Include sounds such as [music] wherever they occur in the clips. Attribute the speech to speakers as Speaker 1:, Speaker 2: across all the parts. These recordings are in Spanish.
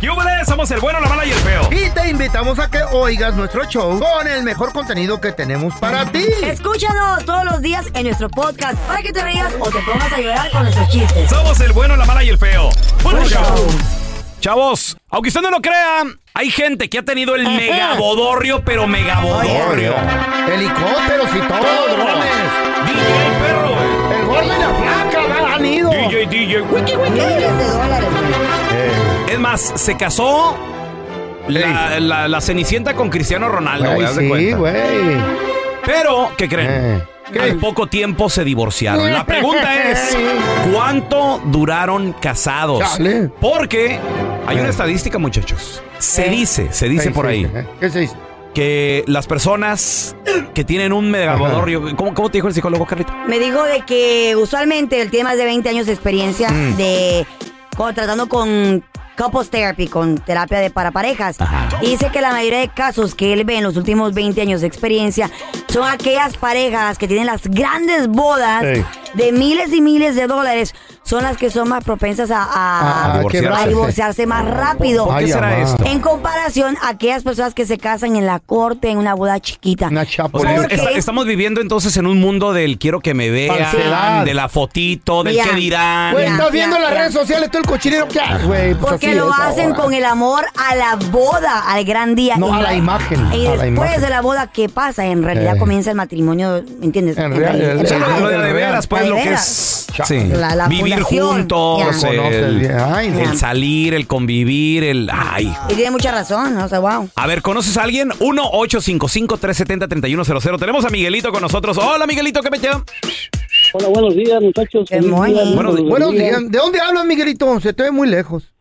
Speaker 1: ¡Yúbele! Somos el bueno, la mala y el feo.
Speaker 2: Y te invitamos a que oigas nuestro show con el mejor contenido que tenemos para ti.
Speaker 3: Escúchanos todos los días en nuestro podcast para que te rías o te pongas a llorar con nuestros chistes.
Speaker 1: Somos el bueno, la mala y el feo. ¡Puro show! Chavos, aunque usted no lo crea, hay gente que ha tenido el
Speaker 3: Ajá.
Speaker 1: megabodorrio, pero megabodorrio.
Speaker 2: Helicópteros y todo, drones.
Speaker 1: DJ perro.
Speaker 2: El gordo y la flaca va- han ido. Eh,
Speaker 1: DJ, DJ. wiki, wiki.
Speaker 3: Miles de dólares, güey.
Speaker 1: Es más, se casó la, la- la Cenicienta con Cristiano Ronaldo,
Speaker 2: Güey,
Speaker 1: güey, haz de
Speaker 2: sí,
Speaker 1: cuenta.
Speaker 2: güey.
Speaker 1: Pero, ¿qué creen?
Speaker 2: Eh, ¿qué?
Speaker 1: Al poco tiempo se divorciaron. La pregunta
Speaker 2: [laughs]
Speaker 1: es, ¿cuánto duraron casados?
Speaker 2: Chale.
Speaker 1: Porque hay
Speaker 2: Eh.
Speaker 1: una estadística, muchachos. Se
Speaker 3: Eh.
Speaker 1: dice, se dice
Speaker 2: Sí,
Speaker 1: por
Speaker 2: sí,
Speaker 1: ahí,
Speaker 2: sí, eh. ¿Qué se dice?
Speaker 1: que las personas que tienen un megabodorrio... ¿cómo, ¿Cómo te dijo el psicólogo, Carlita?
Speaker 3: Me dijo de que usualmente él tiene más de 20 años de experiencia de con- tratando con couples therapy, con terapia de para parejas.
Speaker 1: Ajá.
Speaker 3: Y dice que la mayoría de casos que él ve en los últimos 20 años de experiencia son aquellas parejas que tienen las grandes bodas
Speaker 2: Ey.
Speaker 3: de miles y miles de dólares, son las que son más propensas a, a-
Speaker 2: Ah,
Speaker 1: divorciarse.
Speaker 3: a
Speaker 2: quebrarse.
Speaker 3: divorciarse más rápido.
Speaker 1: ¿Por qué
Speaker 2: Ay,
Speaker 1: será
Speaker 2: amá.
Speaker 1: esto?
Speaker 3: En comparación a aquellas personas que se casan en la corte, en una boda chiquita.
Speaker 2: Una
Speaker 1: O
Speaker 2: chapola.
Speaker 1: sea,
Speaker 3: ¿Por qué?
Speaker 1: esta- estamos viviendo entonces en un mundo del quiero que me vean,
Speaker 2: Falsedad.
Speaker 1: de la fotito, del
Speaker 3: Mira.
Speaker 1: que dirán.
Speaker 2: Güey,
Speaker 3: Ya,
Speaker 2: estás
Speaker 3: ya,
Speaker 2: viendo las
Speaker 3: ya.
Speaker 2: redes sociales todo el cochinero que hay, güey. Pues
Speaker 3: Porque
Speaker 2: así
Speaker 3: lo
Speaker 2: es
Speaker 3: hacen
Speaker 2: ahora.
Speaker 3: con el amor a la boda, al gran día.
Speaker 2: No,
Speaker 3: Y-
Speaker 2: a la imagen,
Speaker 3: Y
Speaker 2: a la
Speaker 3: después
Speaker 2: imagen.
Speaker 3: de la boda, ¿qué pasa? En realidad
Speaker 2: Eh.
Speaker 3: comienza el matrimonio, ¿me entiendes?
Speaker 2: En real-
Speaker 3: realidad.
Speaker 2: el-
Speaker 1: O sea, lo- lo de
Speaker 2: Ah,
Speaker 1: de veras, pues,
Speaker 3: de
Speaker 1: lo que es
Speaker 3: veras.
Speaker 1: sí,
Speaker 3: La- la
Speaker 1: vivir
Speaker 3: fundación,
Speaker 1: juntos,
Speaker 3: ya.
Speaker 1: el,
Speaker 2: Conoces, ay,
Speaker 1: el
Speaker 2: ya.
Speaker 1: salir, el convivir, el... Ay.
Speaker 3: Y tiene mucha razón, ¿no? o sea, wow.
Speaker 1: A ver, ¿conoces a alguien? 1-855-370-3100. Tenemos a Miguelito con nosotros. Hola, Miguelito, ¿qué metió?
Speaker 4: Hola, buenos días, muchachos.
Speaker 3: Good morning.
Speaker 1: Buenos días.
Speaker 2: Buenos días. ¿De dónde hablas, Miguelito? Se te ve muy lejos.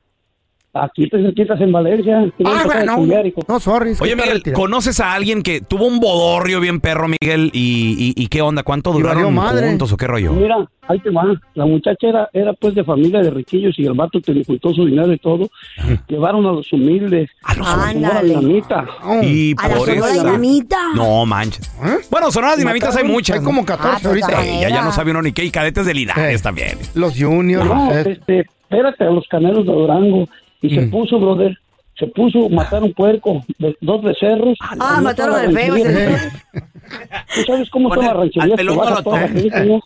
Speaker 4: Aquí te sentías en Valencia. Tenía
Speaker 2: Ah,
Speaker 4: que
Speaker 2: bueno.
Speaker 4: tocar el Culiarico.
Speaker 2: No, sorry. es que
Speaker 1: Oye,
Speaker 2: está
Speaker 1: Miguel,
Speaker 2: retirado.
Speaker 1: ¿conoces a alguien que tuvo un bodorrio bien perro, Miguel? ¿Y, y- y qué onda? ¿Cuánto
Speaker 2: Y
Speaker 1: duraron
Speaker 2: valió madre.
Speaker 1: juntos o qué rollo?
Speaker 4: Mira, ahí te va. La muchacha era, era pues de familia de riquillos y el vato te juntó su dinero
Speaker 2: [laughs]
Speaker 4: y todo. Llevaron a los humildes.
Speaker 1: A los
Speaker 3: Ah,
Speaker 4: Como la
Speaker 3: Ándale.
Speaker 4: dinamita.
Speaker 2: Oh,
Speaker 1: Y
Speaker 3: A la
Speaker 1: por
Speaker 3: Sonora
Speaker 1: eso-
Speaker 3: Dinamita.
Speaker 1: No manches.
Speaker 2: ¿Eh?
Speaker 1: Bueno, sonoras dinamitas hay muchas.
Speaker 2: Hay como
Speaker 1: ¿no?
Speaker 2: 14
Speaker 3: Ah, pues,
Speaker 2: ahorita.
Speaker 3: ay.
Speaker 1: Ey, ya, ya no sabe uno ni qué. Y cadetes de Linares
Speaker 2: Eh.
Speaker 1: también.
Speaker 2: Los juniors.
Speaker 4: No,
Speaker 2: los estos.
Speaker 4: este, espérate, a los caneros de Durango. Y se
Speaker 2: Mm.
Speaker 4: puso, brother. Se puso, mataron puerco, be- dos becerros.
Speaker 3: Ah, mataron
Speaker 4: a
Speaker 3: al feo, ese-
Speaker 4: Tú sabes cómo
Speaker 1: Pon
Speaker 4: son
Speaker 1: el-
Speaker 4: las rancherías
Speaker 1: al
Speaker 4: que
Speaker 1: pelón
Speaker 4: vas a
Speaker 1: Molotov.
Speaker 4: todas las películas.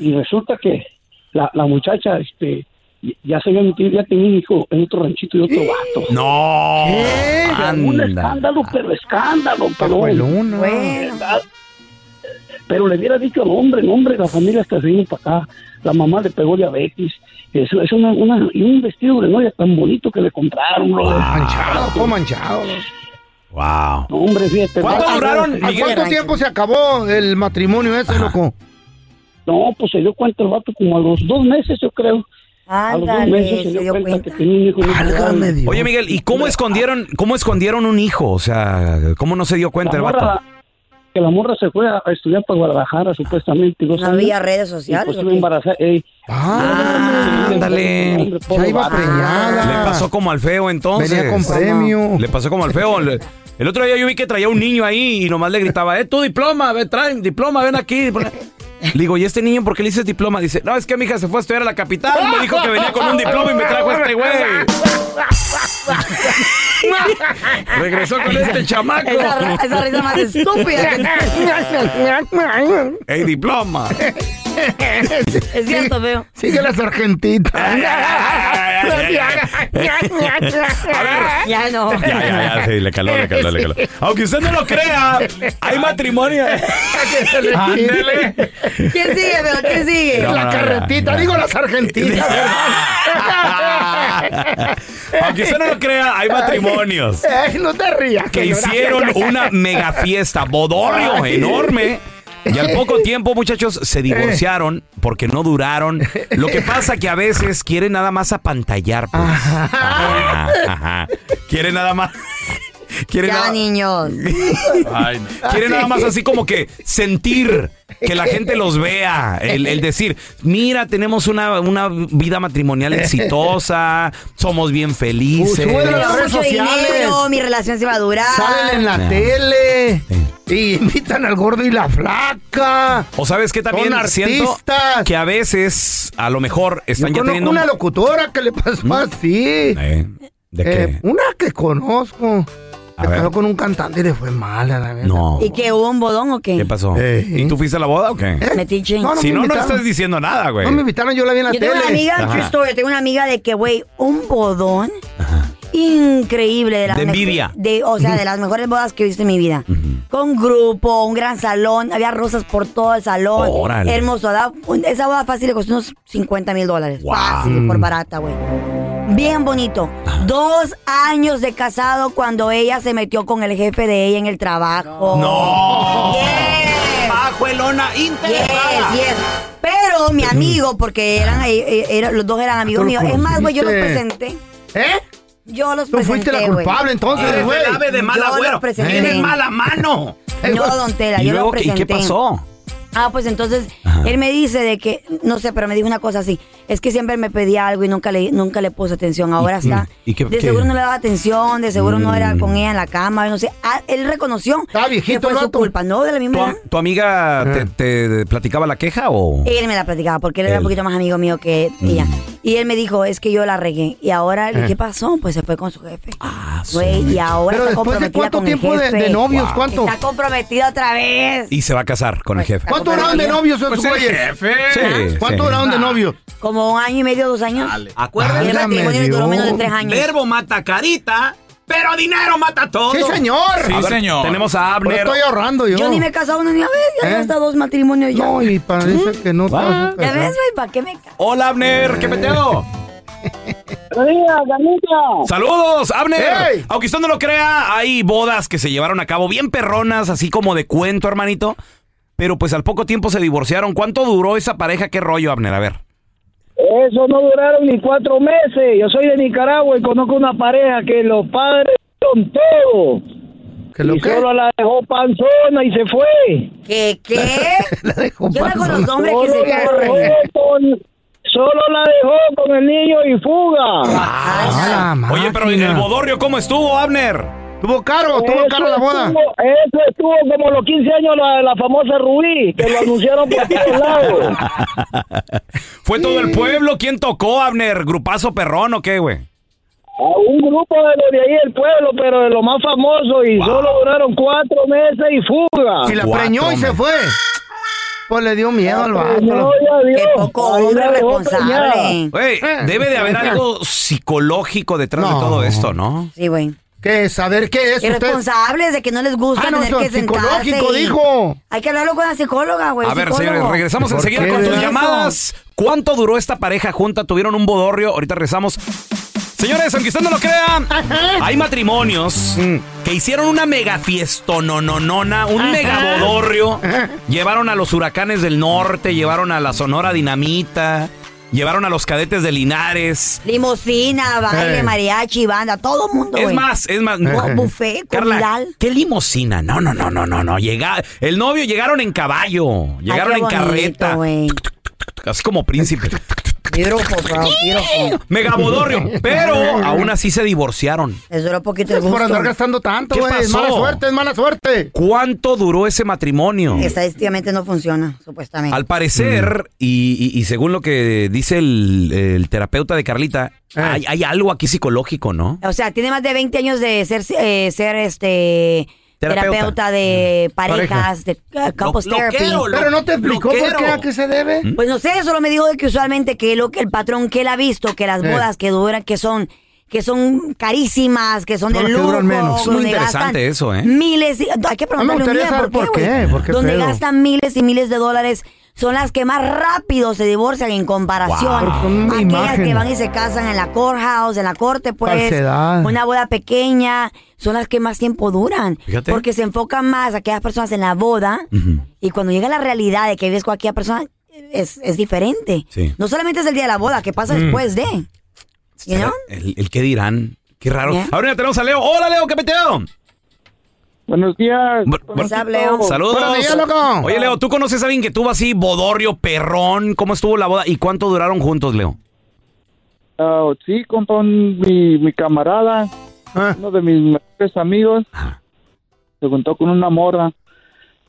Speaker 4: Y resulta que la, la muchacha, este, ya se había metido, ya tenía un hijo en otro ranchito y otro vato.
Speaker 1: No.
Speaker 2: ¿Qué?
Speaker 4: Un
Speaker 1: Anda.
Speaker 4: escándalo, pero escándalo, pero,
Speaker 2: Pajuelona.
Speaker 3: Bueno.
Speaker 4: pero le hubiera dicho al hombre, el hombre, la familia hasta se vino para acá. La mamá le pegó diabetes. Es, es una, una- y un vestido de novia tan bonito que le compraron, bro.
Speaker 1: Ah,
Speaker 2: Manchado, todo manchado.
Speaker 1: Wow.
Speaker 4: No, hombre, fíjate.
Speaker 1: ¿Cuánto
Speaker 4: va-
Speaker 1: duraron,
Speaker 2: ¿A
Speaker 1: Miguel? Ah.
Speaker 2: cuánto tiempo se acabó el matrimonio ese, loco?
Speaker 4: No, pues se dio cuenta el vato como a los dos meses, yo creo. A los dos meses
Speaker 3: Ándale,
Speaker 4: se dio, cuenta, que
Speaker 3: cuenta.
Speaker 4: tenía un hijo. en otro lado.
Speaker 2: Válgame Dios.
Speaker 1: Oye, Miguel, ¿y cómo escondieron, cómo escondieron un hijo? O sea, ¿cómo no se dio cuenta el
Speaker 4: La
Speaker 1: vato?
Speaker 4: morra- que la morra se fue a a estudiar para Guadalajara, supuestamente. y Dos
Speaker 3: No
Speaker 4: años,
Speaker 3: había redes
Speaker 4: y pues
Speaker 3: sociales. ¿o
Speaker 4: estuvo
Speaker 3: qué?
Speaker 4: embarazada. ey.
Speaker 1: Ah, ándale.
Speaker 4: Hombre, pobre
Speaker 2: Ya iba
Speaker 4: vato. [laughs]
Speaker 2: preñada.
Speaker 1: Le pasó como al feo entonces.
Speaker 2: Venía con premio.
Speaker 1: Le pasó como al feo. Le- El otro día yo vi que traía un niño ahí y nomás le gritaba, eh, tu diploma, ven, trae, diploma, ven aquí. Le digo, ¿y este niño por qué le dices diploma? Dice, no, es que mi hija se fue a estudiar a la capital, me dijo que venía con un diploma y me trajo este güey. Regresó con este chamaco.
Speaker 3: Esa, ra- esa risa más estúpida.
Speaker 4: [laughs]
Speaker 3: que-
Speaker 1: ¡Ey, diploma!
Speaker 3: Es cierto, feo.
Speaker 2: Sigue la
Speaker 1: [laughs]
Speaker 2: sargentita.
Speaker 3: Ya no.
Speaker 4: [laughs]
Speaker 1: Ya, ya, ya, sí, le caló, le caló, le caló. Aunque usted no lo crea, hay matrimonio. Ándele.
Speaker 3: ¿Quién sigue, feo? ¿Quién sigue?
Speaker 1: No.
Speaker 2: La carretita, digo la
Speaker 1: [laughs]
Speaker 2: sargentita.
Speaker 1: Aunque usted no lo crea, hay matrimonios
Speaker 2: Ey, no te rías.
Speaker 1: que
Speaker 2: señora.
Speaker 1: hicieron una mega fiesta, bodorrio
Speaker 2: Ay.
Speaker 1: enorme. Y al poco tiempo, muchachos, se divorciaron porque no duraron. Lo que pasa que a veces quieren nada más apantallar, pues. Ajá, ajá. Quieren nada más. Quieren
Speaker 3: Ya,
Speaker 1: nada,
Speaker 3: niños.
Speaker 1: Ay, quieren nada más así como que sentir que la gente los vea, el, el decir, mira, tenemos una, una vida
Speaker 2: [laughs]
Speaker 1: matrimonial exitosa, somos bien felices.
Speaker 2: Uy, súbele
Speaker 3: Tengo
Speaker 2: Las redes
Speaker 3: mucho
Speaker 2: sociales.
Speaker 3: dinero, mi relación se va a durar.
Speaker 2: Salen en la
Speaker 1: Ah.
Speaker 2: tele. Y invitan al gordo y la flaca.
Speaker 1: O sabes que también
Speaker 2: Son
Speaker 1: siento
Speaker 2: artistas.
Speaker 1: que a veces a lo mejor
Speaker 2: Yo
Speaker 1: están ya
Speaker 2: conozco
Speaker 1: teniendo ¿Mm?
Speaker 2: una locutora que le pasó así.
Speaker 1: [laughs] Eh, ¿De
Speaker 2: Eh,
Speaker 1: qué?
Speaker 2: Una que conozco.
Speaker 1: A
Speaker 2: Se
Speaker 1: ver.
Speaker 2: casó con un cantante y le fue mal a la verdad.
Speaker 1: No.
Speaker 3: ¿Y que hubo un bodón o qué?
Speaker 1: ¿Qué pasó?
Speaker 2: Eh.
Speaker 1: ¿Y tú fuiste a la boda o qué?
Speaker 2: ¿Eh?
Speaker 3: Metiche.
Speaker 2: No, no
Speaker 1: Si
Speaker 2: me
Speaker 1: no, no
Speaker 2: invitaron.
Speaker 1: estás diciendo nada, güey.
Speaker 2: No me invitaron, yo la vi en la
Speaker 3: Yo
Speaker 2: tele.
Speaker 3: tengo una amiga,
Speaker 1: Ajá.
Speaker 3: true story, tengo una amiga de que, güey, un bodón increíble. De, las
Speaker 1: De
Speaker 3: mejo-
Speaker 1: envidia.
Speaker 3: De, o sea, de las mejores bodas que he visto en mi vida. Con grupo, un gran salón, había rosas por todo el salón.
Speaker 1: Órale.
Speaker 3: Hermoso. da- un- esa boda fácil le costó unos 50 mil dólares.
Speaker 1: Wow.
Speaker 3: Fácil, por barata, güey. Bien bonito. Dos años de casado cuando ella se metió con el jefe de ella en el trabajo.
Speaker 1: ¡No!
Speaker 3: Yes.
Speaker 1: ¡Pajuelona
Speaker 3: Yes,
Speaker 1: interesada!
Speaker 3: yes. Pero mi amigo, porque eran, eh, eh, era- los dos eran amigos
Speaker 2: Mm. Ah, Tú los
Speaker 3: míos. Es más, güey, yo los
Speaker 2: conociste.
Speaker 3: presenté.
Speaker 1: Ah.
Speaker 2: ¿Eh?
Speaker 3: Yo los
Speaker 2: Tú
Speaker 3: presenté.
Speaker 2: fuiste la
Speaker 3: Pues, güey. Pues,
Speaker 2: culpable entonces,
Speaker 1: Eres
Speaker 2: güey.
Speaker 1: el ave de mal
Speaker 3: Yo lo
Speaker 1: agüero.
Speaker 3: presenté.
Speaker 1: Tienes mala mano.
Speaker 3: No, don Tela,
Speaker 1: ¿Y
Speaker 3: yo
Speaker 1: luego
Speaker 3: los
Speaker 1: qué, y
Speaker 3: presenté.
Speaker 1: qué pasó?
Speaker 3: Ah, pues entonces
Speaker 1: Ajá.
Speaker 3: él me dice de que, no sé, pero me dijo una cosa así. Es que siempre me pedía algo y nunca le, nunca le puse atención. Ahora está.
Speaker 1: y qué- Mm.
Speaker 3: de
Speaker 1: qué?
Speaker 3: seguro no le daba atención, de seguro no era con ella en la cama, no sé. Ah, él reconoció
Speaker 2: Estaba viejito
Speaker 3: que fue
Speaker 2: el
Speaker 3: su
Speaker 2: vato.
Speaker 3: culpa, ¿no? De la
Speaker 1: ¿Tu,
Speaker 3: misma edad.
Speaker 1: am- tu amiga te, te platicaba la queja o...?
Speaker 3: Él me la platicaba porque él, era
Speaker 1: Él.
Speaker 3: un poquito más amigo mío que ella.
Speaker 2: Mm.
Speaker 3: Y él me dijo, es que yo la regué. Y ahora,
Speaker 2: Eh.
Speaker 3: le dije, ¿qué pasó? Pues se fue con su jefe.
Speaker 1: Ah, su
Speaker 3: Güey, y ahora
Speaker 2: Pero después
Speaker 3: está
Speaker 2: de
Speaker 3: comprometida
Speaker 2: cuánto
Speaker 3: con el
Speaker 2: tiempo de,
Speaker 3: jefe.
Speaker 2: de novios, ¿cuánto?
Speaker 3: Está comprometida otra vez.
Speaker 1: Y se va a casar con el jefe.
Speaker 3: Pues,
Speaker 2: ¿Cuánto duraron de novios esos
Speaker 1: Pues el
Speaker 2: güeyes?
Speaker 1: jefe. Sí,
Speaker 2: ¿Cuánto
Speaker 1: sí.
Speaker 2: duraron
Speaker 3: Ah,
Speaker 2: de novios? Pues,
Speaker 3: Como un año y medio, dos años. Y el
Speaker 2: Válgame
Speaker 3: matrimonio le duró
Speaker 2: Dios.
Speaker 3: menos de tres años.
Speaker 1: mata carita, pero dinero mata todo.
Speaker 2: Sí, señor.
Speaker 1: Sí,
Speaker 2: A ver,
Speaker 1: señor. Tenemos a
Speaker 2: Pero
Speaker 1: Abner.
Speaker 2: estoy ahorrando yo.
Speaker 3: Yo ni me he casado una ni una vez. Ya
Speaker 2: ¿Eh?
Speaker 3: he gastado dos matrimonios ya.
Speaker 2: No, y parece que no.
Speaker 1: Ah.
Speaker 3: ¿Mm? ¿Ya ves, güey? ¿Para qué me casé?
Speaker 1: Hola, Abner. ¿Qué peteo?
Speaker 5: Buenos
Speaker 1: Saludos, Abner.
Speaker 2: ¡Ey!
Speaker 1: Aunque usted no lo crea, hay bodas que se llevaron a cabo bien perronas, así como de cuento, hermanito. Pero pues al poco tiempo se divorciaron. ¿Cuánto duró esa pareja? ¿Qué rollo, Abner? A ver.
Speaker 5: Eso no duraron ni cuatro meses. Yo soy de Nicaragua y conozco una pareja que los padres son todos.
Speaker 2: ¿Qué lo
Speaker 5: y
Speaker 2: que?
Speaker 5: solo la dejó panzona y se fue.
Speaker 3: ¿Qué? ¿Qué?
Speaker 2: [laughs] [laughs] La dejó
Speaker 3: Yo era con
Speaker 2: panzona.
Speaker 3: los hombres que
Speaker 5: Solo
Speaker 3: se
Speaker 5: la
Speaker 3: corren.
Speaker 5: dejó con- Solo la dejó con el niño y fuga.
Speaker 3: Ah,
Speaker 2: Ah, la
Speaker 1: Oye, pero ¿y
Speaker 2: máquina.
Speaker 1: el bodorrio cómo estuvo, Abner?
Speaker 2: Tuvo caro, tuvo
Speaker 5: Eso
Speaker 2: caro la boda.
Speaker 5: estuvo- Eso estuvo como los 15 años la, la famosa Rubí, que lo anunciaron por todos lados.
Speaker 1: ¿Fue todo el pueblo? ¿Quién tocó, Abner? ¿Grupazo perrón o qué, güey?
Speaker 5: A un grupo de los de ahí del pueblo, pero de los más famosos, y
Speaker 1: Wow.
Speaker 5: solo duraron cuatro meses y fuga.
Speaker 2: Si la
Speaker 1: Ah, Cuatro,
Speaker 2: preñó y se
Speaker 1: man.
Speaker 2: fue. Pues le dio miedo al vato.
Speaker 5: Gloria a Dios.
Speaker 3: Qué poco
Speaker 5: Ahí la
Speaker 3: hombre
Speaker 5: dejó
Speaker 3: responsable.
Speaker 1: Güey,
Speaker 2: Eh.
Speaker 1: debe de haber algo psicológico detrás de
Speaker 2: No.
Speaker 1: todo esto, ¿no?
Speaker 3: Sí, güey.
Speaker 2: ¿Qué? ¿Saber qué es usted?
Speaker 3: Irresponsables de que no les gusta
Speaker 2: Ah, no,
Speaker 3: tener
Speaker 2: eso
Speaker 3: que
Speaker 2: es
Speaker 3: sentarse.
Speaker 2: psicológico,
Speaker 3: y-
Speaker 2: dijo.
Speaker 3: Hay que hablarlo con la psicóloga, güey.
Speaker 1: A ver,
Speaker 3: psicólogo.
Speaker 1: señores, regresamos
Speaker 2: Pues, ¿Por
Speaker 1: enseguida
Speaker 2: qué?
Speaker 1: con tus
Speaker 3: Eso.
Speaker 1: llamadas. ¿Cuánto duró esta pareja junta? ¿Tuvieron un bodorrio? Ahorita regresamos. Señores, aunque usted no lo crea, hay matrimonios
Speaker 2: Mm.
Speaker 1: que hicieron una mega fiestonononona, un mega bodorrio. Llevaron a los huracanes del norte, llevaron a la Sonora Dinamita, llevaron a los cadetes de Linares.
Speaker 3: Limusina, baile,
Speaker 2: Eh.
Speaker 3: mariachi, banda, todo el mundo,
Speaker 1: Es
Speaker 3: güey.
Speaker 1: más, es más.
Speaker 3: Bu- Buffet,
Speaker 1: Carla,
Speaker 3: comidal.
Speaker 1: ¿qué limosina? No, no, no, no, no, no. Llega, el novio llegaron en caballo,
Speaker 3: Ay,
Speaker 1: llegaron
Speaker 3: qué
Speaker 1: en
Speaker 3: bonito,
Speaker 1: carreta.
Speaker 3: güey.
Speaker 1: Así como príncipe.
Speaker 3: Beautiful, bro, beautiful. [laughs]
Speaker 1: Megabodorrio. Pero aún así se divorciaron.
Speaker 3: Les duró poquito el
Speaker 2: Por
Speaker 3: gusto.
Speaker 2: andar gastando tanto,
Speaker 1: ¿Qué
Speaker 2: güey. Es
Speaker 1: pasó?
Speaker 2: mala suerte, es mala suerte.
Speaker 1: ¿Cuánto duró ese matrimonio?
Speaker 3: Estadísticamente no funciona, supuestamente.
Speaker 1: Al parecer, y, y- y según lo que dice el, el terapeuta de Carlita, hay, hay algo aquí psicológico, ¿no?
Speaker 3: O sea, tiene más de 20 años de ser, eh, ser este
Speaker 1: Terapeuta.
Speaker 3: terapeuta, de parejas, de eh, couples
Speaker 1: Lo-
Speaker 3: therapy.
Speaker 1: loquero, lo-
Speaker 2: Pero no te explicó por
Speaker 1: loquero.
Speaker 2: qué, a qué se debe.
Speaker 1: ¿Mm?
Speaker 3: Pues no sé, solo me dijo de que usualmente que lo que el patrón que él ha visto, que las
Speaker 2: Eh.
Speaker 3: bodas que duran, que son que son carísimas, que son
Speaker 2: Son
Speaker 3: de
Speaker 2: las que
Speaker 3: lujo,
Speaker 2: duran menos. Es
Speaker 1: muy
Speaker 3: donde
Speaker 1: interesante
Speaker 3: gastan
Speaker 1: eso, ¿eh?
Speaker 3: Miles, y- hay que
Speaker 2: me
Speaker 3: preguntarle un
Speaker 2: gustaría
Speaker 3: día
Speaker 2: saber por qué,
Speaker 3: güey.
Speaker 2: por qué
Speaker 3: donde
Speaker 2: pedo.
Speaker 3: gastan miles y miles de dólares son las que más rápido se divorcian en comparación
Speaker 1: Wow.
Speaker 2: Porque son
Speaker 3: a aquellas
Speaker 2: imágenes.
Speaker 3: que van y se casan en la courthouse, en la corte, pues
Speaker 2: Falsedad.
Speaker 3: una boda pequeña, son las que más tiempo duran,
Speaker 1: Fíjate.
Speaker 3: porque se enfocan más a aquellas personas en la boda y cuando llega la realidad de que vives con aquella persona es, es diferente.
Speaker 1: Sí.
Speaker 3: No solamente es el día de la boda, que pasa
Speaker 2: Mm.
Speaker 3: después de. You know?
Speaker 1: El, el qué dirán. Qué raro.
Speaker 3: Yeah.
Speaker 1: Ahora ya tenemos a Leo. ¡Hola, Leo! ¿Qué peteo?
Speaker 5: Buenos días.
Speaker 1: Bu- bu-
Speaker 3: What's up, Leo?
Speaker 4: Oh.
Speaker 1: Saludos.
Speaker 2: Buenos días, loco.
Speaker 1: Oye, Leo, ¿tú conoces a alguien que tuvo así bodorrio, perrón? ¿Cómo estuvo la boda? ¿Y cuánto duraron juntos, Leo?
Speaker 4: Ah, sí, compa, un- mi, mi camarada,
Speaker 2: Ah.
Speaker 4: uno de mis mejores amigos,
Speaker 1: Ajá.
Speaker 4: se juntó con una morra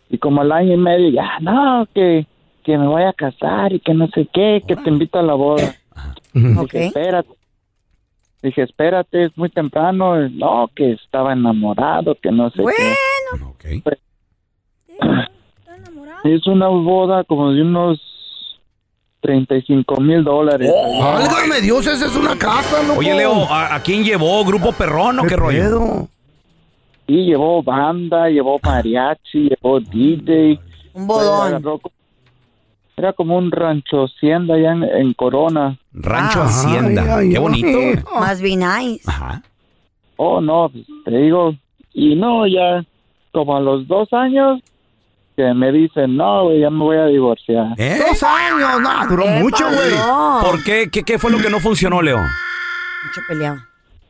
Speaker 4: y como al año y medio ya, no, que, que me voy a casar y que no sé qué, que te invito a la boda.
Speaker 3: Ok.
Speaker 4: Dije, espérate. Dije, espérate, es muy temprano. No, que estaba enamorado, que no sé qué. Pues, Es una boda como de unos 35 mil dólares.
Speaker 1: Oh.
Speaker 2: Válgame Dios, esa es una casa, loco.
Speaker 1: Oye, Leo, ¿a, a quién llevó? ¿Grupo Perrón o qué, rollo?
Speaker 4: Y llevó banda, llevó mariachi, llevó DJ.
Speaker 3: Un
Speaker 4: Pues,
Speaker 3: bodón.
Speaker 4: agarró co- Era como un rancho hacienda allá en, en Corona.
Speaker 1: Rancho
Speaker 3: Ah.
Speaker 1: Hacienda.
Speaker 2: Ay, ay,
Speaker 1: qué bonito.
Speaker 2: ay.
Speaker 1: güey.
Speaker 3: Más be nice.
Speaker 1: Ajá.
Speaker 4: Oh, no, pues, te digo. Y no, ya como a los dos años que me dicen, no, güey, ya me voy a divorciar.
Speaker 1: ¿Eh?
Speaker 2: Dos años, no, duró
Speaker 3: ¿Qué
Speaker 2: Ah, mucho, güey.
Speaker 3: pasó?
Speaker 1: ¿Por qué? qué? qué fue lo que no funcionó, Leo?
Speaker 3: Mucho peleado.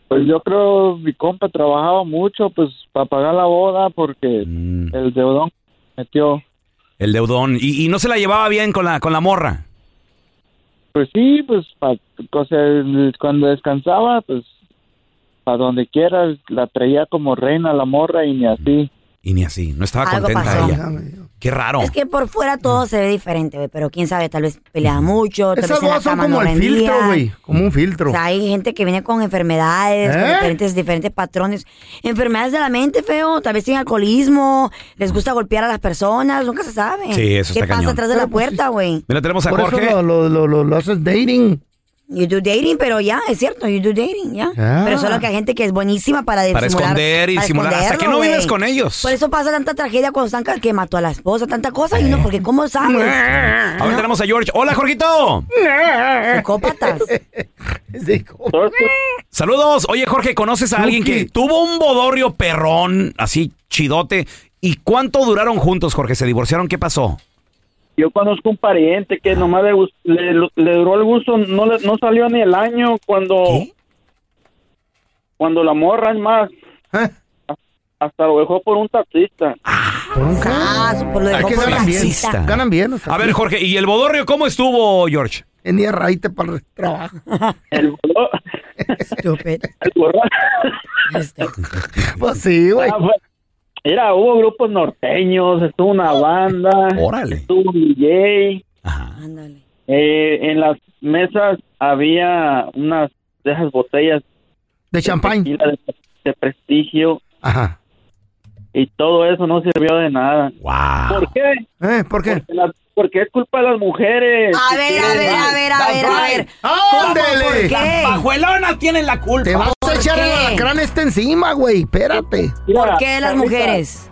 Speaker 4: Pues yo creo mi compa trabajaba mucho pues para pagar la boda porque
Speaker 1: Mm,
Speaker 4: el deudón metió.
Speaker 1: el deudón. Y, y no se la llevaba bien con la, con la morra.
Speaker 4: Pues sí, pues pa- o sea, el- cuando descansaba, pues para donde quiera la traía como reina la morra y ni así.
Speaker 1: Y ni así. No estaba
Speaker 3: Algo
Speaker 1: contenta
Speaker 3: pasó.
Speaker 1: ella. Qué raro.
Speaker 3: Es que por fuera
Speaker 2: Mm.
Speaker 3: todo se ve diferente, güey, pero quién sabe, tal vez pelea mucho, tal
Speaker 2: Esas
Speaker 3: vez en la
Speaker 2: dos Mm. son
Speaker 3: cama
Speaker 2: como
Speaker 3: no
Speaker 2: el
Speaker 3: rendía.
Speaker 2: filtro, güey. Como un
Speaker 3: O
Speaker 2: filtro.
Speaker 3: sea, hay gente que viene con enfermedades, con
Speaker 2: ¿Eh?
Speaker 3: diferentes, diferentes patrones. Enfermedades de la mente, feo. Tal vez tienen alcoholismo, les gusta golpear a las personas, nunca se sabe.
Speaker 1: Sí, eso
Speaker 3: ¿Qué
Speaker 1: está
Speaker 3: pasa
Speaker 1: cañón.
Speaker 3: atrás de la
Speaker 2: Pero, pues,
Speaker 3: puerta, güey?
Speaker 1: Mira, tenemos a
Speaker 2: Por
Speaker 1: Jorge.
Speaker 2: eso lo, lo, lo, lo- lo haces dating.
Speaker 3: You do dating, pero ya, es cierto, you do dating, ya.
Speaker 2: Ah.
Speaker 3: Pero solo que hay gente que es buenísima para
Speaker 1: Para
Speaker 3: disimular,
Speaker 1: esconder y
Speaker 3: para
Speaker 1: simular. Hasta que
Speaker 3: esconderlo,
Speaker 1: no
Speaker 3: güey.
Speaker 1: vives con ellos.
Speaker 3: Por eso pasa tanta tragedia cuando están ca- que mató a la esposa, tanta cosa, y uno, porque ¿cómo sabes?
Speaker 1: [laughs] Ahora tenemos a George. Hola, Jorgito.
Speaker 3: Psicópatas.
Speaker 2: Sí, como-
Speaker 1: Saludos. Oye, Jorge, ¿conoces a alguien que
Speaker 2: Yuki.
Speaker 1: tuvo un bodorrio perrón, así chidote? ¿Y cuánto duraron juntos, Jorge? ¿Se divorciaron? ¿Qué pasó?
Speaker 4: Yo conozco un pariente que nomás le, gust- le, le duró el gusto, no, le- no salió ni el año cuando,
Speaker 1: ¿Qué?
Speaker 4: cuando la morra, es más,
Speaker 2: ¿Eh?
Speaker 4: hasta lo dejó por un taxista.
Speaker 2: Por un
Speaker 3: Ah, su- por lo
Speaker 2: Hay
Speaker 3: dejó
Speaker 2: que
Speaker 3: por
Speaker 2: ganan bien.
Speaker 3: taxista.
Speaker 2: Ganan bien. los
Speaker 1: A ver,
Speaker 2: taxistas.
Speaker 1: Jorge, ¿y el bodorrio cómo estuvo, George?
Speaker 2: En día raíte para el trabajo.
Speaker 4: El, borrón-
Speaker 3: Stupid.
Speaker 4: [laughs] el borrón-
Speaker 3: Este.
Speaker 2: Pues sí,
Speaker 4: [laughs]
Speaker 2: güey.
Speaker 4: Ah, fue- Mira, hubo grupos norteños, estuvo una banda,
Speaker 3: Oh.
Speaker 1: Órale.
Speaker 4: estuvo un DJ.
Speaker 1: Ajá.
Speaker 3: Ándale.
Speaker 4: eh, en las mesas había unas de esas botellas
Speaker 2: De champán.
Speaker 4: tequila de, de prestigio
Speaker 2: Ajá.
Speaker 4: y todo eso no sirvió de nada.
Speaker 1: Wow.
Speaker 4: ¿Por qué?
Speaker 2: ¿Eh? ¿Por qué?
Speaker 4: Porque, la- porque es culpa de las mujeres.
Speaker 3: A ver, a ver, a ver, a ver, a ver. ¿Por
Speaker 2: ¡Ándele!
Speaker 3: qué?
Speaker 1: Pajuelona tiene la culpa.
Speaker 2: Te vas a
Speaker 3: ¿Por
Speaker 2: echar
Speaker 3: qué?
Speaker 2: el alacrán este encima, güey. Espérate.
Speaker 4: Mira,
Speaker 3: ¿Por qué las
Speaker 4: Carlita,
Speaker 3: mujeres?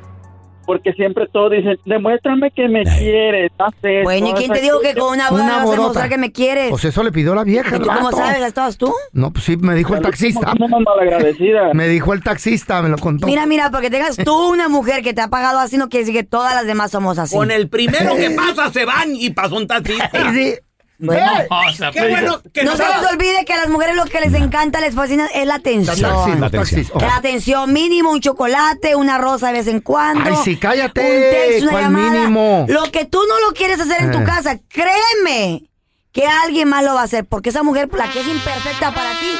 Speaker 4: Porque siempre todos dicen, demuéstrame que me quieres, haz esto,
Speaker 3: Bueno, ¿y
Speaker 4: haz
Speaker 3: quién te dijo que
Speaker 4: aquello".
Speaker 3: con una boda
Speaker 2: Una
Speaker 3: me vas a
Speaker 2: bodota.
Speaker 3: demostrar que me quieres?
Speaker 2: Pues eso le pidió la vieja.
Speaker 3: ¿Y
Speaker 2: el
Speaker 3: tú cómo
Speaker 2: vato.
Speaker 3: sabes? ¿La estabas tú?
Speaker 2: No, pues sí, me dijo el
Speaker 4: Carlita,
Speaker 2: taxista.
Speaker 4: no seas
Speaker 2: [laughs]
Speaker 4: malagradecida.
Speaker 2: Me dijo el taxista, me lo contó.
Speaker 3: Mira, mira, porque tengas tú una mujer que te ha pagado así no quiere decir que todas las demás somos así.
Speaker 1: el primero que pasa se van y pasó un
Speaker 2: [laughs]
Speaker 1: taxista.
Speaker 2: Y sí.
Speaker 3: Bueno.
Speaker 2: ¡Eh!
Speaker 1: Qué bueno que
Speaker 3: No se les olvide que a las mujeres lo que les encanta, les fascina es la
Speaker 2: Taxi,
Speaker 1: La
Speaker 2: los
Speaker 3: atención.
Speaker 1: atención.
Speaker 2: taxis.
Speaker 3: La atención mínimo, un chocolate, una rosa de vez en cuando.
Speaker 2: Ay, sí, cállate,
Speaker 3: Un texto, una
Speaker 2: ¿cuál
Speaker 3: llamada.
Speaker 2: mínimo?
Speaker 3: Lo que tú no lo quieres hacer en tu
Speaker 2: Eh.
Speaker 3: casa, créeme que alguien más lo va a hacer, porque esa mujer, la que es imperfecta para ti,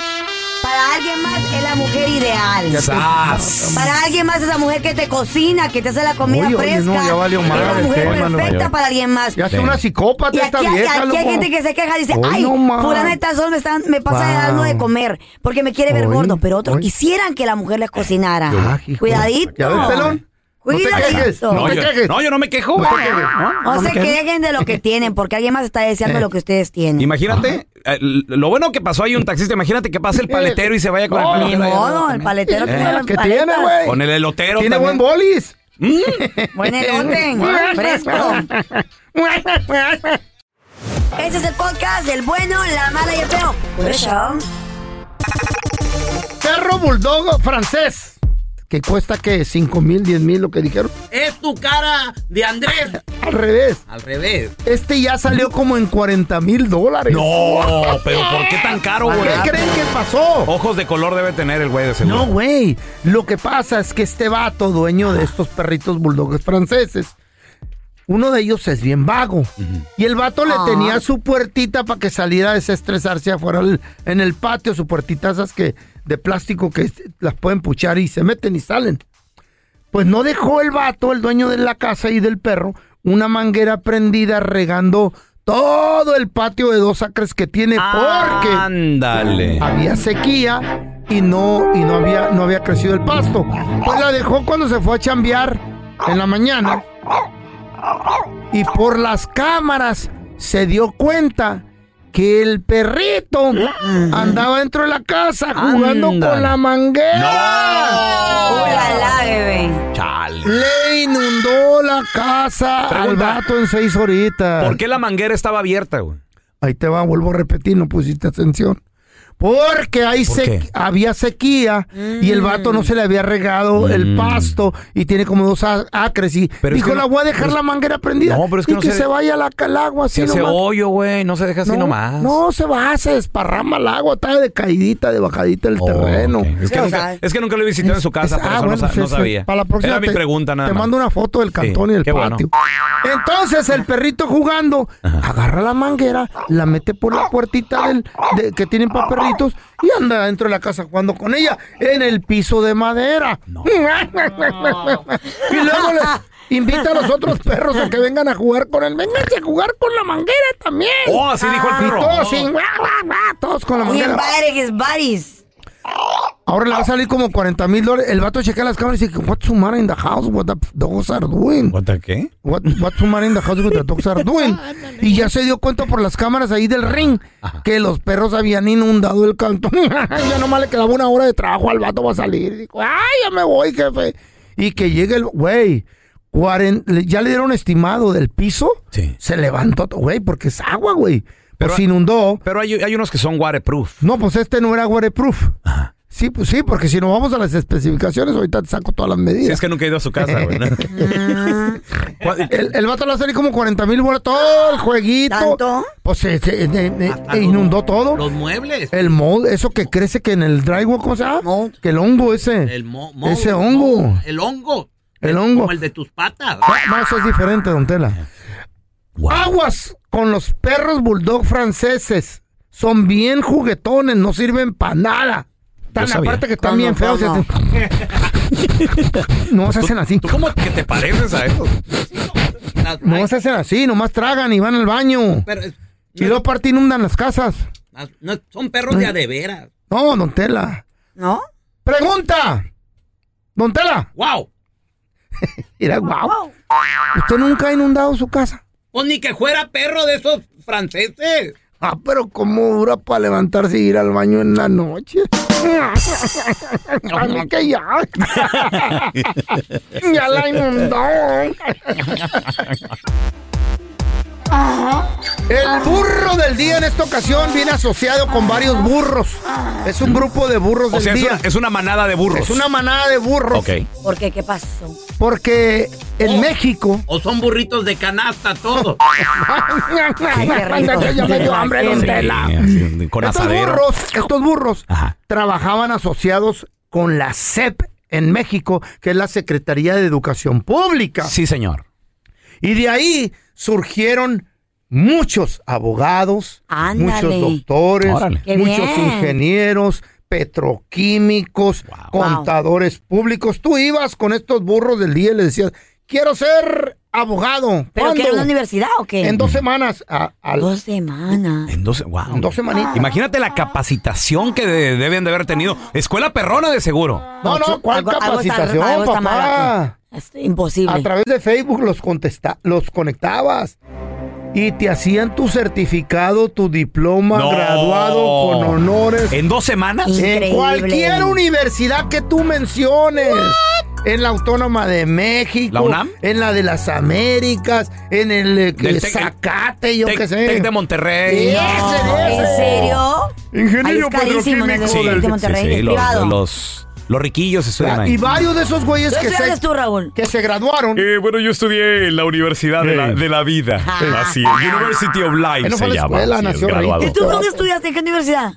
Speaker 3: para alguien más es la mujer ideal.
Speaker 1: ¡Sas!
Speaker 3: Para alguien más esa mujer que te cocina, que te hace la comida
Speaker 2: Oye, oye,
Speaker 3: fresca.
Speaker 2: no, ya valió
Speaker 3: es la
Speaker 2: madre,
Speaker 3: mujer
Speaker 2: qué malo.
Speaker 3: perfecta para alguien más.
Speaker 2: Ya es
Speaker 1: Sí.
Speaker 2: una
Speaker 3: Y
Speaker 2: psicópata
Speaker 3: aquí,
Speaker 2: esta vieja,
Speaker 3: aquí hay
Speaker 2: loco.
Speaker 3: gente que se queja, dice,
Speaker 2: Hoy
Speaker 3: ay,
Speaker 2: no más.
Speaker 3: fulana de tal sol me, están, me pasa
Speaker 2: Wow.
Speaker 3: dando de comer porque me quiere ver
Speaker 2: Hoy,
Speaker 3: gordo, pero otros
Speaker 2: hoy.
Speaker 3: quisieran que la mujer les cocinara.
Speaker 2: Ah, hijo de-
Speaker 3: Cuidadito.
Speaker 2: ¿Ya ves, pelón? No te quejes,
Speaker 3: Cuidadito.
Speaker 1: No,
Speaker 3: No,
Speaker 2: no te
Speaker 1: yo,
Speaker 2: quejes.
Speaker 1: no, yo no me quejo.
Speaker 2: No te quejes, ¿no? No
Speaker 3: se
Speaker 2: te quejes.
Speaker 3: quejen de lo que tienen porque alguien más está deseando lo que ustedes tienen.
Speaker 1: Imagínate, eh, lo bueno que pasó ahí un taxista, imagínate que pase el paletero y se vaya con el
Speaker 2: No,
Speaker 3: Ni
Speaker 1: paletero.
Speaker 3: modo, el paletero
Speaker 1: Eh,
Speaker 3: tiene las
Speaker 2: ¿Qué
Speaker 3: paletas.
Speaker 2: tiene, güey?
Speaker 1: Con el elotero
Speaker 2: Tiene
Speaker 1: también.
Speaker 2: buen bolis.
Speaker 3: Buen elote,
Speaker 2: [laughs]
Speaker 3: fresco. Ese es el podcast del bueno, la mala y el feo. Por eso,
Speaker 2: Perro bulldog francés. Que cuesta que 5 mil, 10 mil, lo que dijeron.
Speaker 6: Es tu cara de Andrés.
Speaker 2: Al revés.
Speaker 6: Al revés.
Speaker 2: Este ya salió como en 40 mil dólares.
Speaker 1: No, pero ¿por qué tan caro,
Speaker 2: Ah, ¿Qué
Speaker 1: güey?
Speaker 2: creen que pasó?
Speaker 1: Ojos de color debe tener el güey de seguro.
Speaker 2: No, güey. Lo que pasa es que este vato, dueño de estos perritos bulldogs franceses, uno de ellos es bien vago. Y el vato le
Speaker 3: Ah.
Speaker 2: tenía su puertita para que saliera a desestresarse afuera al- en el patio, su puertita esas que de plástico que s- las pueden puchar y se meten y salen. Pues no dejó el vato, el dueño de la casa y del perro, una manguera prendida regando todo el patio de dos acres que tiene
Speaker 1: Ah,
Speaker 2: porque
Speaker 1: Ándale.
Speaker 2: había sequía y no y no había no había crecido el pasto. Pues la dejó cuando se fue a chambear en la mañana. Y por las cámaras se dio cuenta que el perrito andaba dentro de la casa jugando
Speaker 1: Ándale.
Speaker 2: con la manguera.
Speaker 3: ¡Oh, la, la, bebé!
Speaker 1: Chale.
Speaker 2: Le inundó la casa
Speaker 1: Pregunta.
Speaker 2: al vato en seis horitas.
Speaker 1: ¿Por qué la manguera estaba abierta, güey?
Speaker 2: Ahí te va, vuelvo a repetir, no pusiste atención. Porque ahí
Speaker 1: ¿Por
Speaker 2: se-
Speaker 1: qué?
Speaker 2: había sequía y el vato no se le había regado el pasto y tiene como dos a- acres y
Speaker 1: Mm. Pero es
Speaker 2: dijo,
Speaker 1: que
Speaker 2: la
Speaker 1: no-
Speaker 2: voy a dejar
Speaker 1: pero es-
Speaker 2: la manguera prendida
Speaker 1: No, pero es que
Speaker 2: y
Speaker 1: no
Speaker 2: que
Speaker 1: se-
Speaker 2: se, vaya la, el agua así
Speaker 1: Se hace
Speaker 2: nomás.
Speaker 1: hoyo, güey. No se deja así nomás.
Speaker 2: no, se va, se desparrama el agua, está de caidita, de bajadita el
Speaker 1: Oh,
Speaker 2: terreno.
Speaker 1: ok. Es, que
Speaker 3: Sí, o
Speaker 1: nunca,
Speaker 3: sea,
Speaker 1: es que nunca lo he visitado en su casa,
Speaker 2: Es-
Speaker 1: por
Speaker 2: ah,
Speaker 1: eso no
Speaker 2: bueno,
Speaker 1: sa-
Speaker 2: sí,
Speaker 1: no,
Speaker 2: sí.
Speaker 1: sabía.
Speaker 2: Para la próxima
Speaker 1: Era mi
Speaker 2: te-
Speaker 1: pregunta nada
Speaker 2: Te
Speaker 1: más.
Speaker 2: mando una foto del cantón
Speaker 1: Sí,
Speaker 2: y del
Speaker 1: qué bueno.
Speaker 2: patio. Entonces el perrito jugando agarra la manguera, la mete por la puertita del, de- que tienen para perritos y anda dentro de la casa jugando con ella en el piso de madera. [laughs] y luego le invita a los otros perros a que vengan a jugar con él. Vénganse a jugar con la manguera también.
Speaker 1: Oh, así dijo el
Speaker 2: Ah, y
Speaker 1: perro.
Speaker 2: todos, sí, guau, guau, guau, todos con la
Speaker 3: He
Speaker 2: manguera.
Speaker 3: invited his buddies.
Speaker 2: Ahora le va a salir como 40 mil dólares. El vato checa las cámaras y dice, what's the matter in the house? What the f- dogs are doing?
Speaker 1: ¿What the qué?
Speaker 2: What, what's the matter in the house? What the dogs are doing? y ya se dio cuenta por las cámaras ahí del ring que los perros habían inundado el cantón. [laughs] ya nomás le quedaba una hora de trabajo al vato va a salir. Dijo, ay, ya me voy, jefe. Y que llegue el... Güey, cuaren- le- ya le dieron estimado del piso.
Speaker 1: Sí.
Speaker 2: Se levantó, güey, porque es agua, güey.
Speaker 1: Pero-
Speaker 2: Pero se inundó.
Speaker 1: Pero hay, hay unos que son waterproof.
Speaker 2: No, pues este no era waterproof. Sí, pues sí, porque si nos vamos a las especificaciones, ahorita te saco todas las medidas.
Speaker 1: Si es que nunca he ido a su casa,
Speaker 2: [laughs]
Speaker 1: güey. ¿no? ¿Cuál-
Speaker 2: el, el vato le va a salir como 40 mil bolas todo el jueguito.
Speaker 3: ¿Tanto?
Speaker 2: Pues se, se- eh, eh, eh, inundó todo.
Speaker 6: Los muebles.
Speaker 2: El mold, eso que crece que en el drywall, ¿cómo se llama?
Speaker 3: Mold.
Speaker 2: Que el hongo ese.
Speaker 6: El mo- mo-
Speaker 2: ese
Speaker 6: mo-
Speaker 2: hongo.
Speaker 6: el hongo.
Speaker 2: El hongo. Ah.
Speaker 6: Como el de tus patas.
Speaker 2: No, eso es diferente, don Tela. Aguas con los perros bulldog franceses. Son bien juguetones, no sirven para nada. Tan
Speaker 1: Yo sabía.
Speaker 2: aparte que están
Speaker 3: ¿Cómo,
Speaker 2: bien feos.
Speaker 3: cómo?
Speaker 2: [laughs] no se hacen así.
Speaker 1: ¿Tú cómo que te pareces a eso?
Speaker 6: Las-
Speaker 2: No
Speaker 6: ay,
Speaker 2: se hacen así, nomás tragan y van al baño.
Speaker 6: pero es-
Speaker 2: Y luego aparte inundan las casas.
Speaker 6: las- no, son perros de a de veras.
Speaker 2: No, don Tela.
Speaker 3: ¿No?
Speaker 2: ¡Pregunta! Don Tela.
Speaker 6: ¡Wow!
Speaker 2: [laughs] Mira, guau. ¿Usted nunca ha inundado su casa?
Speaker 6: Pues ni que fuera perro de esos franceses.
Speaker 2: Ah, pero ¿cómo dura para levantarse y ir al baño en la noche? A mí
Speaker 1: [laughs]
Speaker 2: que ya. ya la inundó. El burro del día en esta ocasión viene asociado con varios burros. Es un grupo de burros
Speaker 1: O
Speaker 2: del
Speaker 1: sea, es
Speaker 2: día.
Speaker 1: una, es una manada de burros.
Speaker 2: Es una manada de burros.
Speaker 1: Ok.
Speaker 3: ¿Por qué? ¿Qué pasó?
Speaker 2: Porque en México.
Speaker 6: O son burritos de canasta, todo.
Speaker 3: rico.
Speaker 2: [laughs] Ya me dio hambre, don
Speaker 1: Sí,
Speaker 2: Tela.
Speaker 1: así, con
Speaker 2: estos
Speaker 1: asadero.
Speaker 2: burros, estos burros
Speaker 1: Ajá.
Speaker 2: trabajaban asociados con la SEP en México, que es la Secretaría de Educación Pública.
Speaker 1: Sí, señor.
Speaker 2: Y de ahí surgieron muchos abogados,
Speaker 3: Ándale.
Speaker 2: muchos doctores,
Speaker 1: Órale.
Speaker 3: Qué
Speaker 2: muchos
Speaker 3: bien.
Speaker 2: ingenieros, petroquímicos, contadores públicos. Tú ibas con estos burros del día y le decías, quiero ser abogado.
Speaker 3: ¿Pero qué?
Speaker 2: ¿Cuándo?
Speaker 3: ¿En la universidad o qué?
Speaker 2: En dos semanas. a- al-
Speaker 3: Dos semanas.
Speaker 1: En dos, wow.
Speaker 2: en dos semanitas.
Speaker 1: Imagínate la capacitación que de- deben de haber tenido. Escuela perrona de seguro.
Speaker 2: No, no, ¿cuál
Speaker 3: Algo- algo está-
Speaker 2: capacitación,
Speaker 3: algo está mal
Speaker 2: papá?
Speaker 3: aquí. Es imposible.
Speaker 2: A través de Facebook los, contesta los conectabas. Y te hacían tu certificado, tu diploma
Speaker 1: No.
Speaker 2: graduado con honores.
Speaker 1: ¿En dos semanas?
Speaker 3: Y- Increíble.
Speaker 2: En cualquier universidad que tú menciones. En la Autónoma de México.
Speaker 1: ¿La UNAM?
Speaker 2: En la de las Américas. En el eh, que
Speaker 1: Del Tec-
Speaker 2: Zacate, yo
Speaker 1: Tec-
Speaker 2: qué sé.
Speaker 1: Tec de Monterrey.
Speaker 2: Sí.
Speaker 3: ¿En serio? Ahí
Speaker 2: Ingeniero
Speaker 3: es carísimo, ¿no?
Speaker 2: petroquímico
Speaker 3: Sí,
Speaker 2: del-
Speaker 3: de Monterrey, es
Speaker 1: los,
Speaker 3: privado.
Speaker 1: los, los riquillos estudian
Speaker 2: Y
Speaker 1: ahí.
Speaker 2: varios de esos güeyes
Speaker 3: ¿Qué
Speaker 2: que
Speaker 3: estudiaste
Speaker 2: se,
Speaker 3: tú, Raúl?
Speaker 2: que se graduaron.
Speaker 1: Eh, bueno, yo estudié en la Universidad de la, Vida.
Speaker 3: Así
Speaker 1: es. University of Life
Speaker 2: Eh, no se Ah. fue a la llama, escuela, así es, nació ahí. graduado.
Speaker 3: ¿Y tú dónde estudiaste? ¿En qué universidad?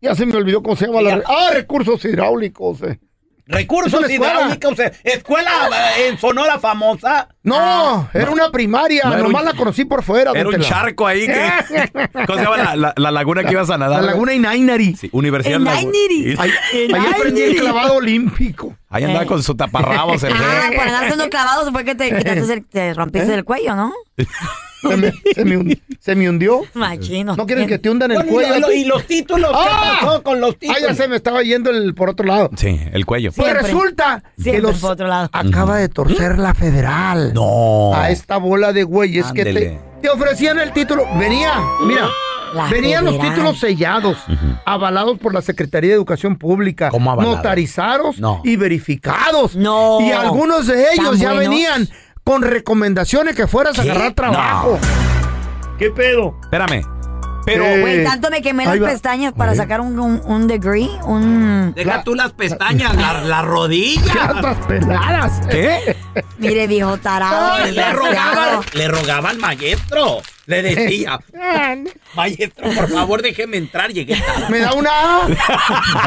Speaker 2: Ya se me olvidó cómo se llama la. Ah, recursos hidráulicos. eh. Es
Speaker 6: Recursos
Speaker 2: una escuela.
Speaker 6: hidráulicos. eh, Escuela eh, en Sonora famosa.
Speaker 2: No, era una primaria.
Speaker 1: Ah, No, era
Speaker 2: nomás
Speaker 1: un-
Speaker 2: la conocí por fuera.
Speaker 1: Era
Speaker 2: don
Speaker 1: un
Speaker 2: Tela.
Speaker 1: charco ahí
Speaker 2: [laughs]
Speaker 1: que... ¿Cómo se llama la, la- la laguna que ibas a
Speaker 2: La
Speaker 1: nadar?
Speaker 2: Laguna Inainari.
Speaker 1: Sí, Universidad
Speaker 3: En
Speaker 1: Laguna.
Speaker 3: Nainiri.
Speaker 2: Ahí, ahí aprendí el clavado olímpico.
Speaker 1: Ahí andaba con su
Speaker 2: [laughs]
Speaker 1: taparrabos el
Speaker 3: Ah,
Speaker 1: rey.
Speaker 2: ¿Eh?
Speaker 3: por andar siendo clavados fue que te, quitaste el- te rompiste el cuello, ¿no?
Speaker 2: Se me, se me hun- se me hundió.
Speaker 3: Machino.
Speaker 2: ¿No quieren que te hundan el
Speaker 6: Bueno, y,
Speaker 2: cuello?
Speaker 6: lo-
Speaker 2: a
Speaker 6: lo-
Speaker 2: ti?
Speaker 6: y los títulos,
Speaker 2: ¡Ah!
Speaker 6: ¿qué pasó con los
Speaker 2: Ah,
Speaker 6: títulos?
Speaker 2: ya se me estaba yendo el por otro lado.
Speaker 1: Sí, el cuello.
Speaker 2: Pues
Speaker 3: Siempre.
Speaker 2: resulta que
Speaker 3: Siempre
Speaker 2: los
Speaker 3: por otro lado.
Speaker 2: acaba de torcer la federal.
Speaker 3: Oh.
Speaker 1: No.
Speaker 2: A este. esta bola de güeyes que te,
Speaker 1: Ándele.
Speaker 2: te ofrecían el título. Venía, mira.
Speaker 3: La
Speaker 2: Venían los
Speaker 3: federal.
Speaker 2: títulos sellados, avalados por la Secretaría de Educación Pública,
Speaker 1: ¿Cómo avalado?
Speaker 2: notarizados
Speaker 1: No.
Speaker 2: y verificados.
Speaker 3: No.
Speaker 2: Y algunos de ellos
Speaker 3: ¿Tan
Speaker 2: ya
Speaker 3: buenos?
Speaker 2: venían con recomendaciones que fueras a
Speaker 1: ¿Qué?
Speaker 2: agarrar trabajo. ¿Qué [laughs] pedo?
Speaker 1: Espérame. Pero.
Speaker 2: Eh,
Speaker 3: Güey, tanto me quemé las
Speaker 2: ahí va.
Speaker 3: pestañas para sacar un, un, un degree, un...
Speaker 6: Deja tú las pestañas, la, la rodilla.
Speaker 2: Tantas peladas.
Speaker 1: ¿Qué?
Speaker 3: Mire, viejo tarado,
Speaker 6: Le rogaba,
Speaker 3: desgraciado.
Speaker 6: le rogaba al maestro. Le decía, maestro, por favor, déjeme entrar. Llegué tarde".
Speaker 2: Me da una A.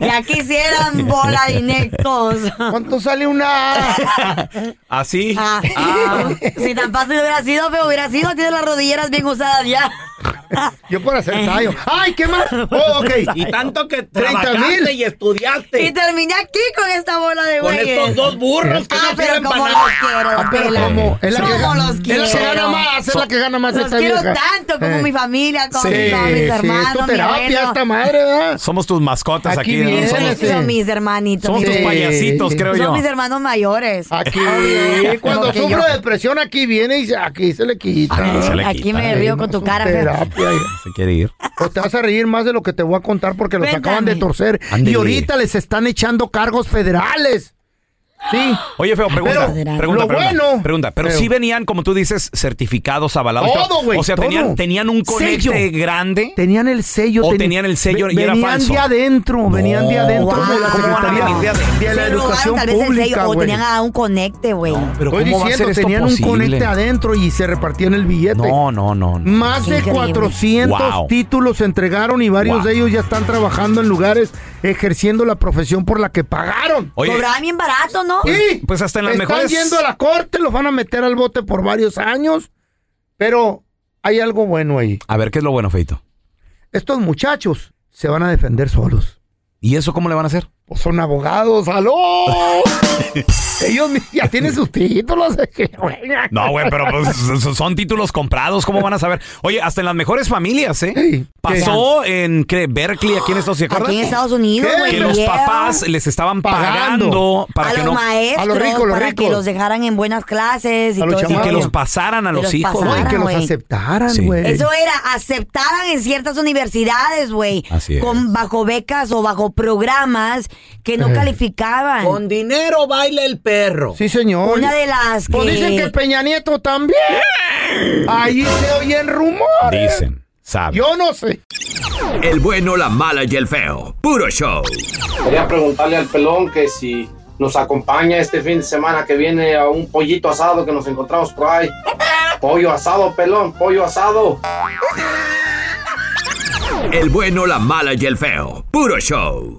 Speaker 3: Ya quisieran bola de inectos.
Speaker 2: [laughs] ¿Cuánto sale una A?
Speaker 1: Así.
Speaker 3: Ah, ah, si tan fácil hubiera sido, feo hubiera sido. Tiene las rodilleras bien usadas ya.
Speaker 2: Yo por hacer ensayo. ¡Ay, qué
Speaker 3: [laughs]
Speaker 2: más! Oh, ok.
Speaker 6: Y tanto que
Speaker 2: 30,000.
Speaker 6: trabajaste y
Speaker 3: Y
Speaker 6: estudiaste
Speaker 3: terminé aquí con esta bola de
Speaker 6: con estos
Speaker 3: güeyes.
Speaker 6: dos burros que
Speaker 3: Ah,
Speaker 6: no
Speaker 3: pero
Speaker 6: sirven
Speaker 3: como
Speaker 6: para
Speaker 3: los
Speaker 6: nada.
Speaker 3: quiero,
Speaker 2: Ah, pero
Speaker 3: pela.
Speaker 2: como es la que,
Speaker 3: Como los
Speaker 2: es
Speaker 3: quiero.
Speaker 2: la que gana más, es la que gana más
Speaker 3: Los
Speaker 2: esta
Speaker 3: quiero
Speaker 2: vieja.
Speaker 3: tanto como
Speaker 2: Eh.
Speaker 3: mi familia, como
Speaker 2: Sí,
Speaker 3: mis, mis
Speaker 2: sí,
Speaker 3: hermanos,
Speaker 2: es tu
Speaker 3: mi
Speaker 2: terapia
Speaker 3: abuelo.
Speaker 2: esta madre, ¿verdad?
Speaker 1: Somos tus mascotas
Speaker 2: Aquí
Speaker 1: aquí. ¿no?
Speaker 2: viene.
Speaker 1: Somos,
Speaker 2: Sí.
Speaker 3: Son mis hermanitos.
Speaker 1: somos
Speaker 3: mis
Speaker 1: tus
Speaker 2: Sí.
Speaker 1: payasitos, creo
Speaker 3: Son
Speaker 1: yo.
Speaker 3: mis hermanos mayores.
Speaker 2: Aquí,
Speaker 3: Obvio.
Speaker 2: cuando
Speaker 3: Porque
Speaker 2: sufro
Speaker 3: yo-
Speaker 2: de depresión, aquí viene y se- aquí se le quita.
Speaker 1: Aquí se le
Speaker 3: Aquí
Speaker 1: quita.
Speaker 3: me río con tu
Speaker 2: Su
Speaker 3: cara. feo.
Speaker 2: terapia.
Speaker 1: Se quiere ir.
Speaker 2: O te vas a reír más de lo que te voy a contar porque los
Speaker 3: Cuéntame.
Speaker 2: acaban de torcer.
Speaker 1: Ándele.
Speaker 2: Y ahorita les están echando cargos federales. Sí.
Speaker 1: Oye, feo, pregunta.
Speaker 3: Pero,
Speaker 1: pregunta,
Speaker 2: lo
Speaker 1: pregunta,
Speaker 2: bueno-
Speaker 1: pregunta. Pero
Speaker 2: Feo.
Speaker 1: sí venían, como tú dices, certificados, avalados.
Speaker 2: Todo,
Speaker 1: todo.
Speaker 2: güey,
Speaker 1: O sea,
Speaker 2: todo.
Speaker 1: tenían, tenían un conecte
Speaker 2: Sello.
Speaker 1: grande.
Speaker 2: Tenían el sello.
Speaker 1: O
Speaker 2: teni-
Speaker 1: tenían el sello
Speaker 2: ve-
Speaker 1: y era
Speaker 2: venían
Speaker 1: falso.
Speaker 2: de adentro, venían de adentro de la
Speaker 3: wow.
Speaker 2: Secretaría
Speaker 1: ¿Cómo van a venir
Speaker 2: de, la
Speaker 3: Se
Speaker 2: Educación
Speaker 3: robaron tal vez el sello,
Speaker 2: Pública,
Speaker 3: o
Speaker 2: güey.
Speaker 3: tenían a un conecte, güey.
Speaker 1: Pero ¿cómo
Speaker 2: Estoy
Speaker 1: va a
Speaker 2: diciendo,
Speaker 1: ser esto
Speaker 2: tenían un conecte
Speaker 1: posible?
Speaker 2: adentro y se repartían el billete.
Speaker 1: No, no, no. no.
Speaker 2: Más de
Speaker 3: Increíble.
Speaker 2: 400
Speaker 1: Wow.
Speaker 2: títulos se entregaron y varios
Speaker 1: Wow.
Speaker 2: de ellos ya están trabajando en lugares ejerciendo la profesión por la que pagaron.
Speaker 1: Oye,
Speaker 3: Cobraban bien barato, ¿no?
Speaker 2: Sí,
Speaker 1: pues hasta en las
Speaker 2: están
Speaker 1: mejores-
Speaker 2: yendo a la corte, los van a meter al bote por varios años, pero hay algo bueno ahí.
Speaker 1: a ver, ¿qué es lo bueno, Feito?
Speaker 2: Estos muchachos se van a defender solos.
Speaker 1: ¿Y eso cómo le van a hacer?
Speaker 2: Pues son
Speaker 1: [laughs]
Speaker 2: abogados, aló. ellos mi- ya tienen sus títulos.
Speaker 1: No, güey, pero pues, [laughs] son- son títulos comprados, ¿cómo van a saber? Oye, hasta en las mejores familias,
Speaker 2: Sí.
Speaker 1: ¿eh? Pasó en ¿qué? Berkeley, aquí en Estados Unidos, ¿se
Speaker 3: Aquí en
Speaker 1: acuerdan?
Speaker 3: Estados Unidos,
Speaker 2: ¿Qué?
Speaker 3: güey.
Speaker 1: Que los
Speaker 3: dieron
Speaker 1: papás les estaban pagando para
Speaker 3: a
Speaker 1: que
Speaker 3: los
Speaker 1: no...
Speaker 3: maestros,
Speaker 2: a los ricos, los
Speaker 3: para
Speaker 2: ricos.
Speaker 3: que los dejaran en buenas clases y
Speaker 2: A los
Speaker 3: todo ese
Speaker 1: Y que
Speaker 2: chamacos.
Speaker 1: los
Speaker 3: rollo.
Speaker 1: pasaran a
Speaker 3: Que
Speaker 1: los
Speaker 3: los
Speaker 1: hijos.
Speaker 2: No, y
Speaker 1: güey.
Speaker 2: que los
Speaker 3: güey.
Speaker 2: aceptaran,
Speaker 1: Sí.
Speaker 2: güey.
Speaker 3: Eso era, aceptaran en ciertas universidades, güey.
Speaker 1: Así es.
Speaker 3: Con bajo becas o bajo programas que no
Speaker 2: Eh.
Speaker 3: calificaban.
Speaker 6: Con dinero baila el perro.
Speaker 2: Sí, señor.
Speaker 3: Una de las que...
Speaker 2: Pues dicen que Peña Nieto también. Ahí se oyen rumores.
Speaker 1: Dicen, saben.
Speaker 2: Yo no sé.
Speaker 7: El bueno, la mala y el feo. Puro show.
Speaker 8: Quería preguntarle al pelón que si nos acompaña este fin de semana que viene a un pollito asado que nos encontramos por ahí. Pollo asado, pelón, pollo asado.
Speaker 7: El bueno, la mala y el feo. Puro show.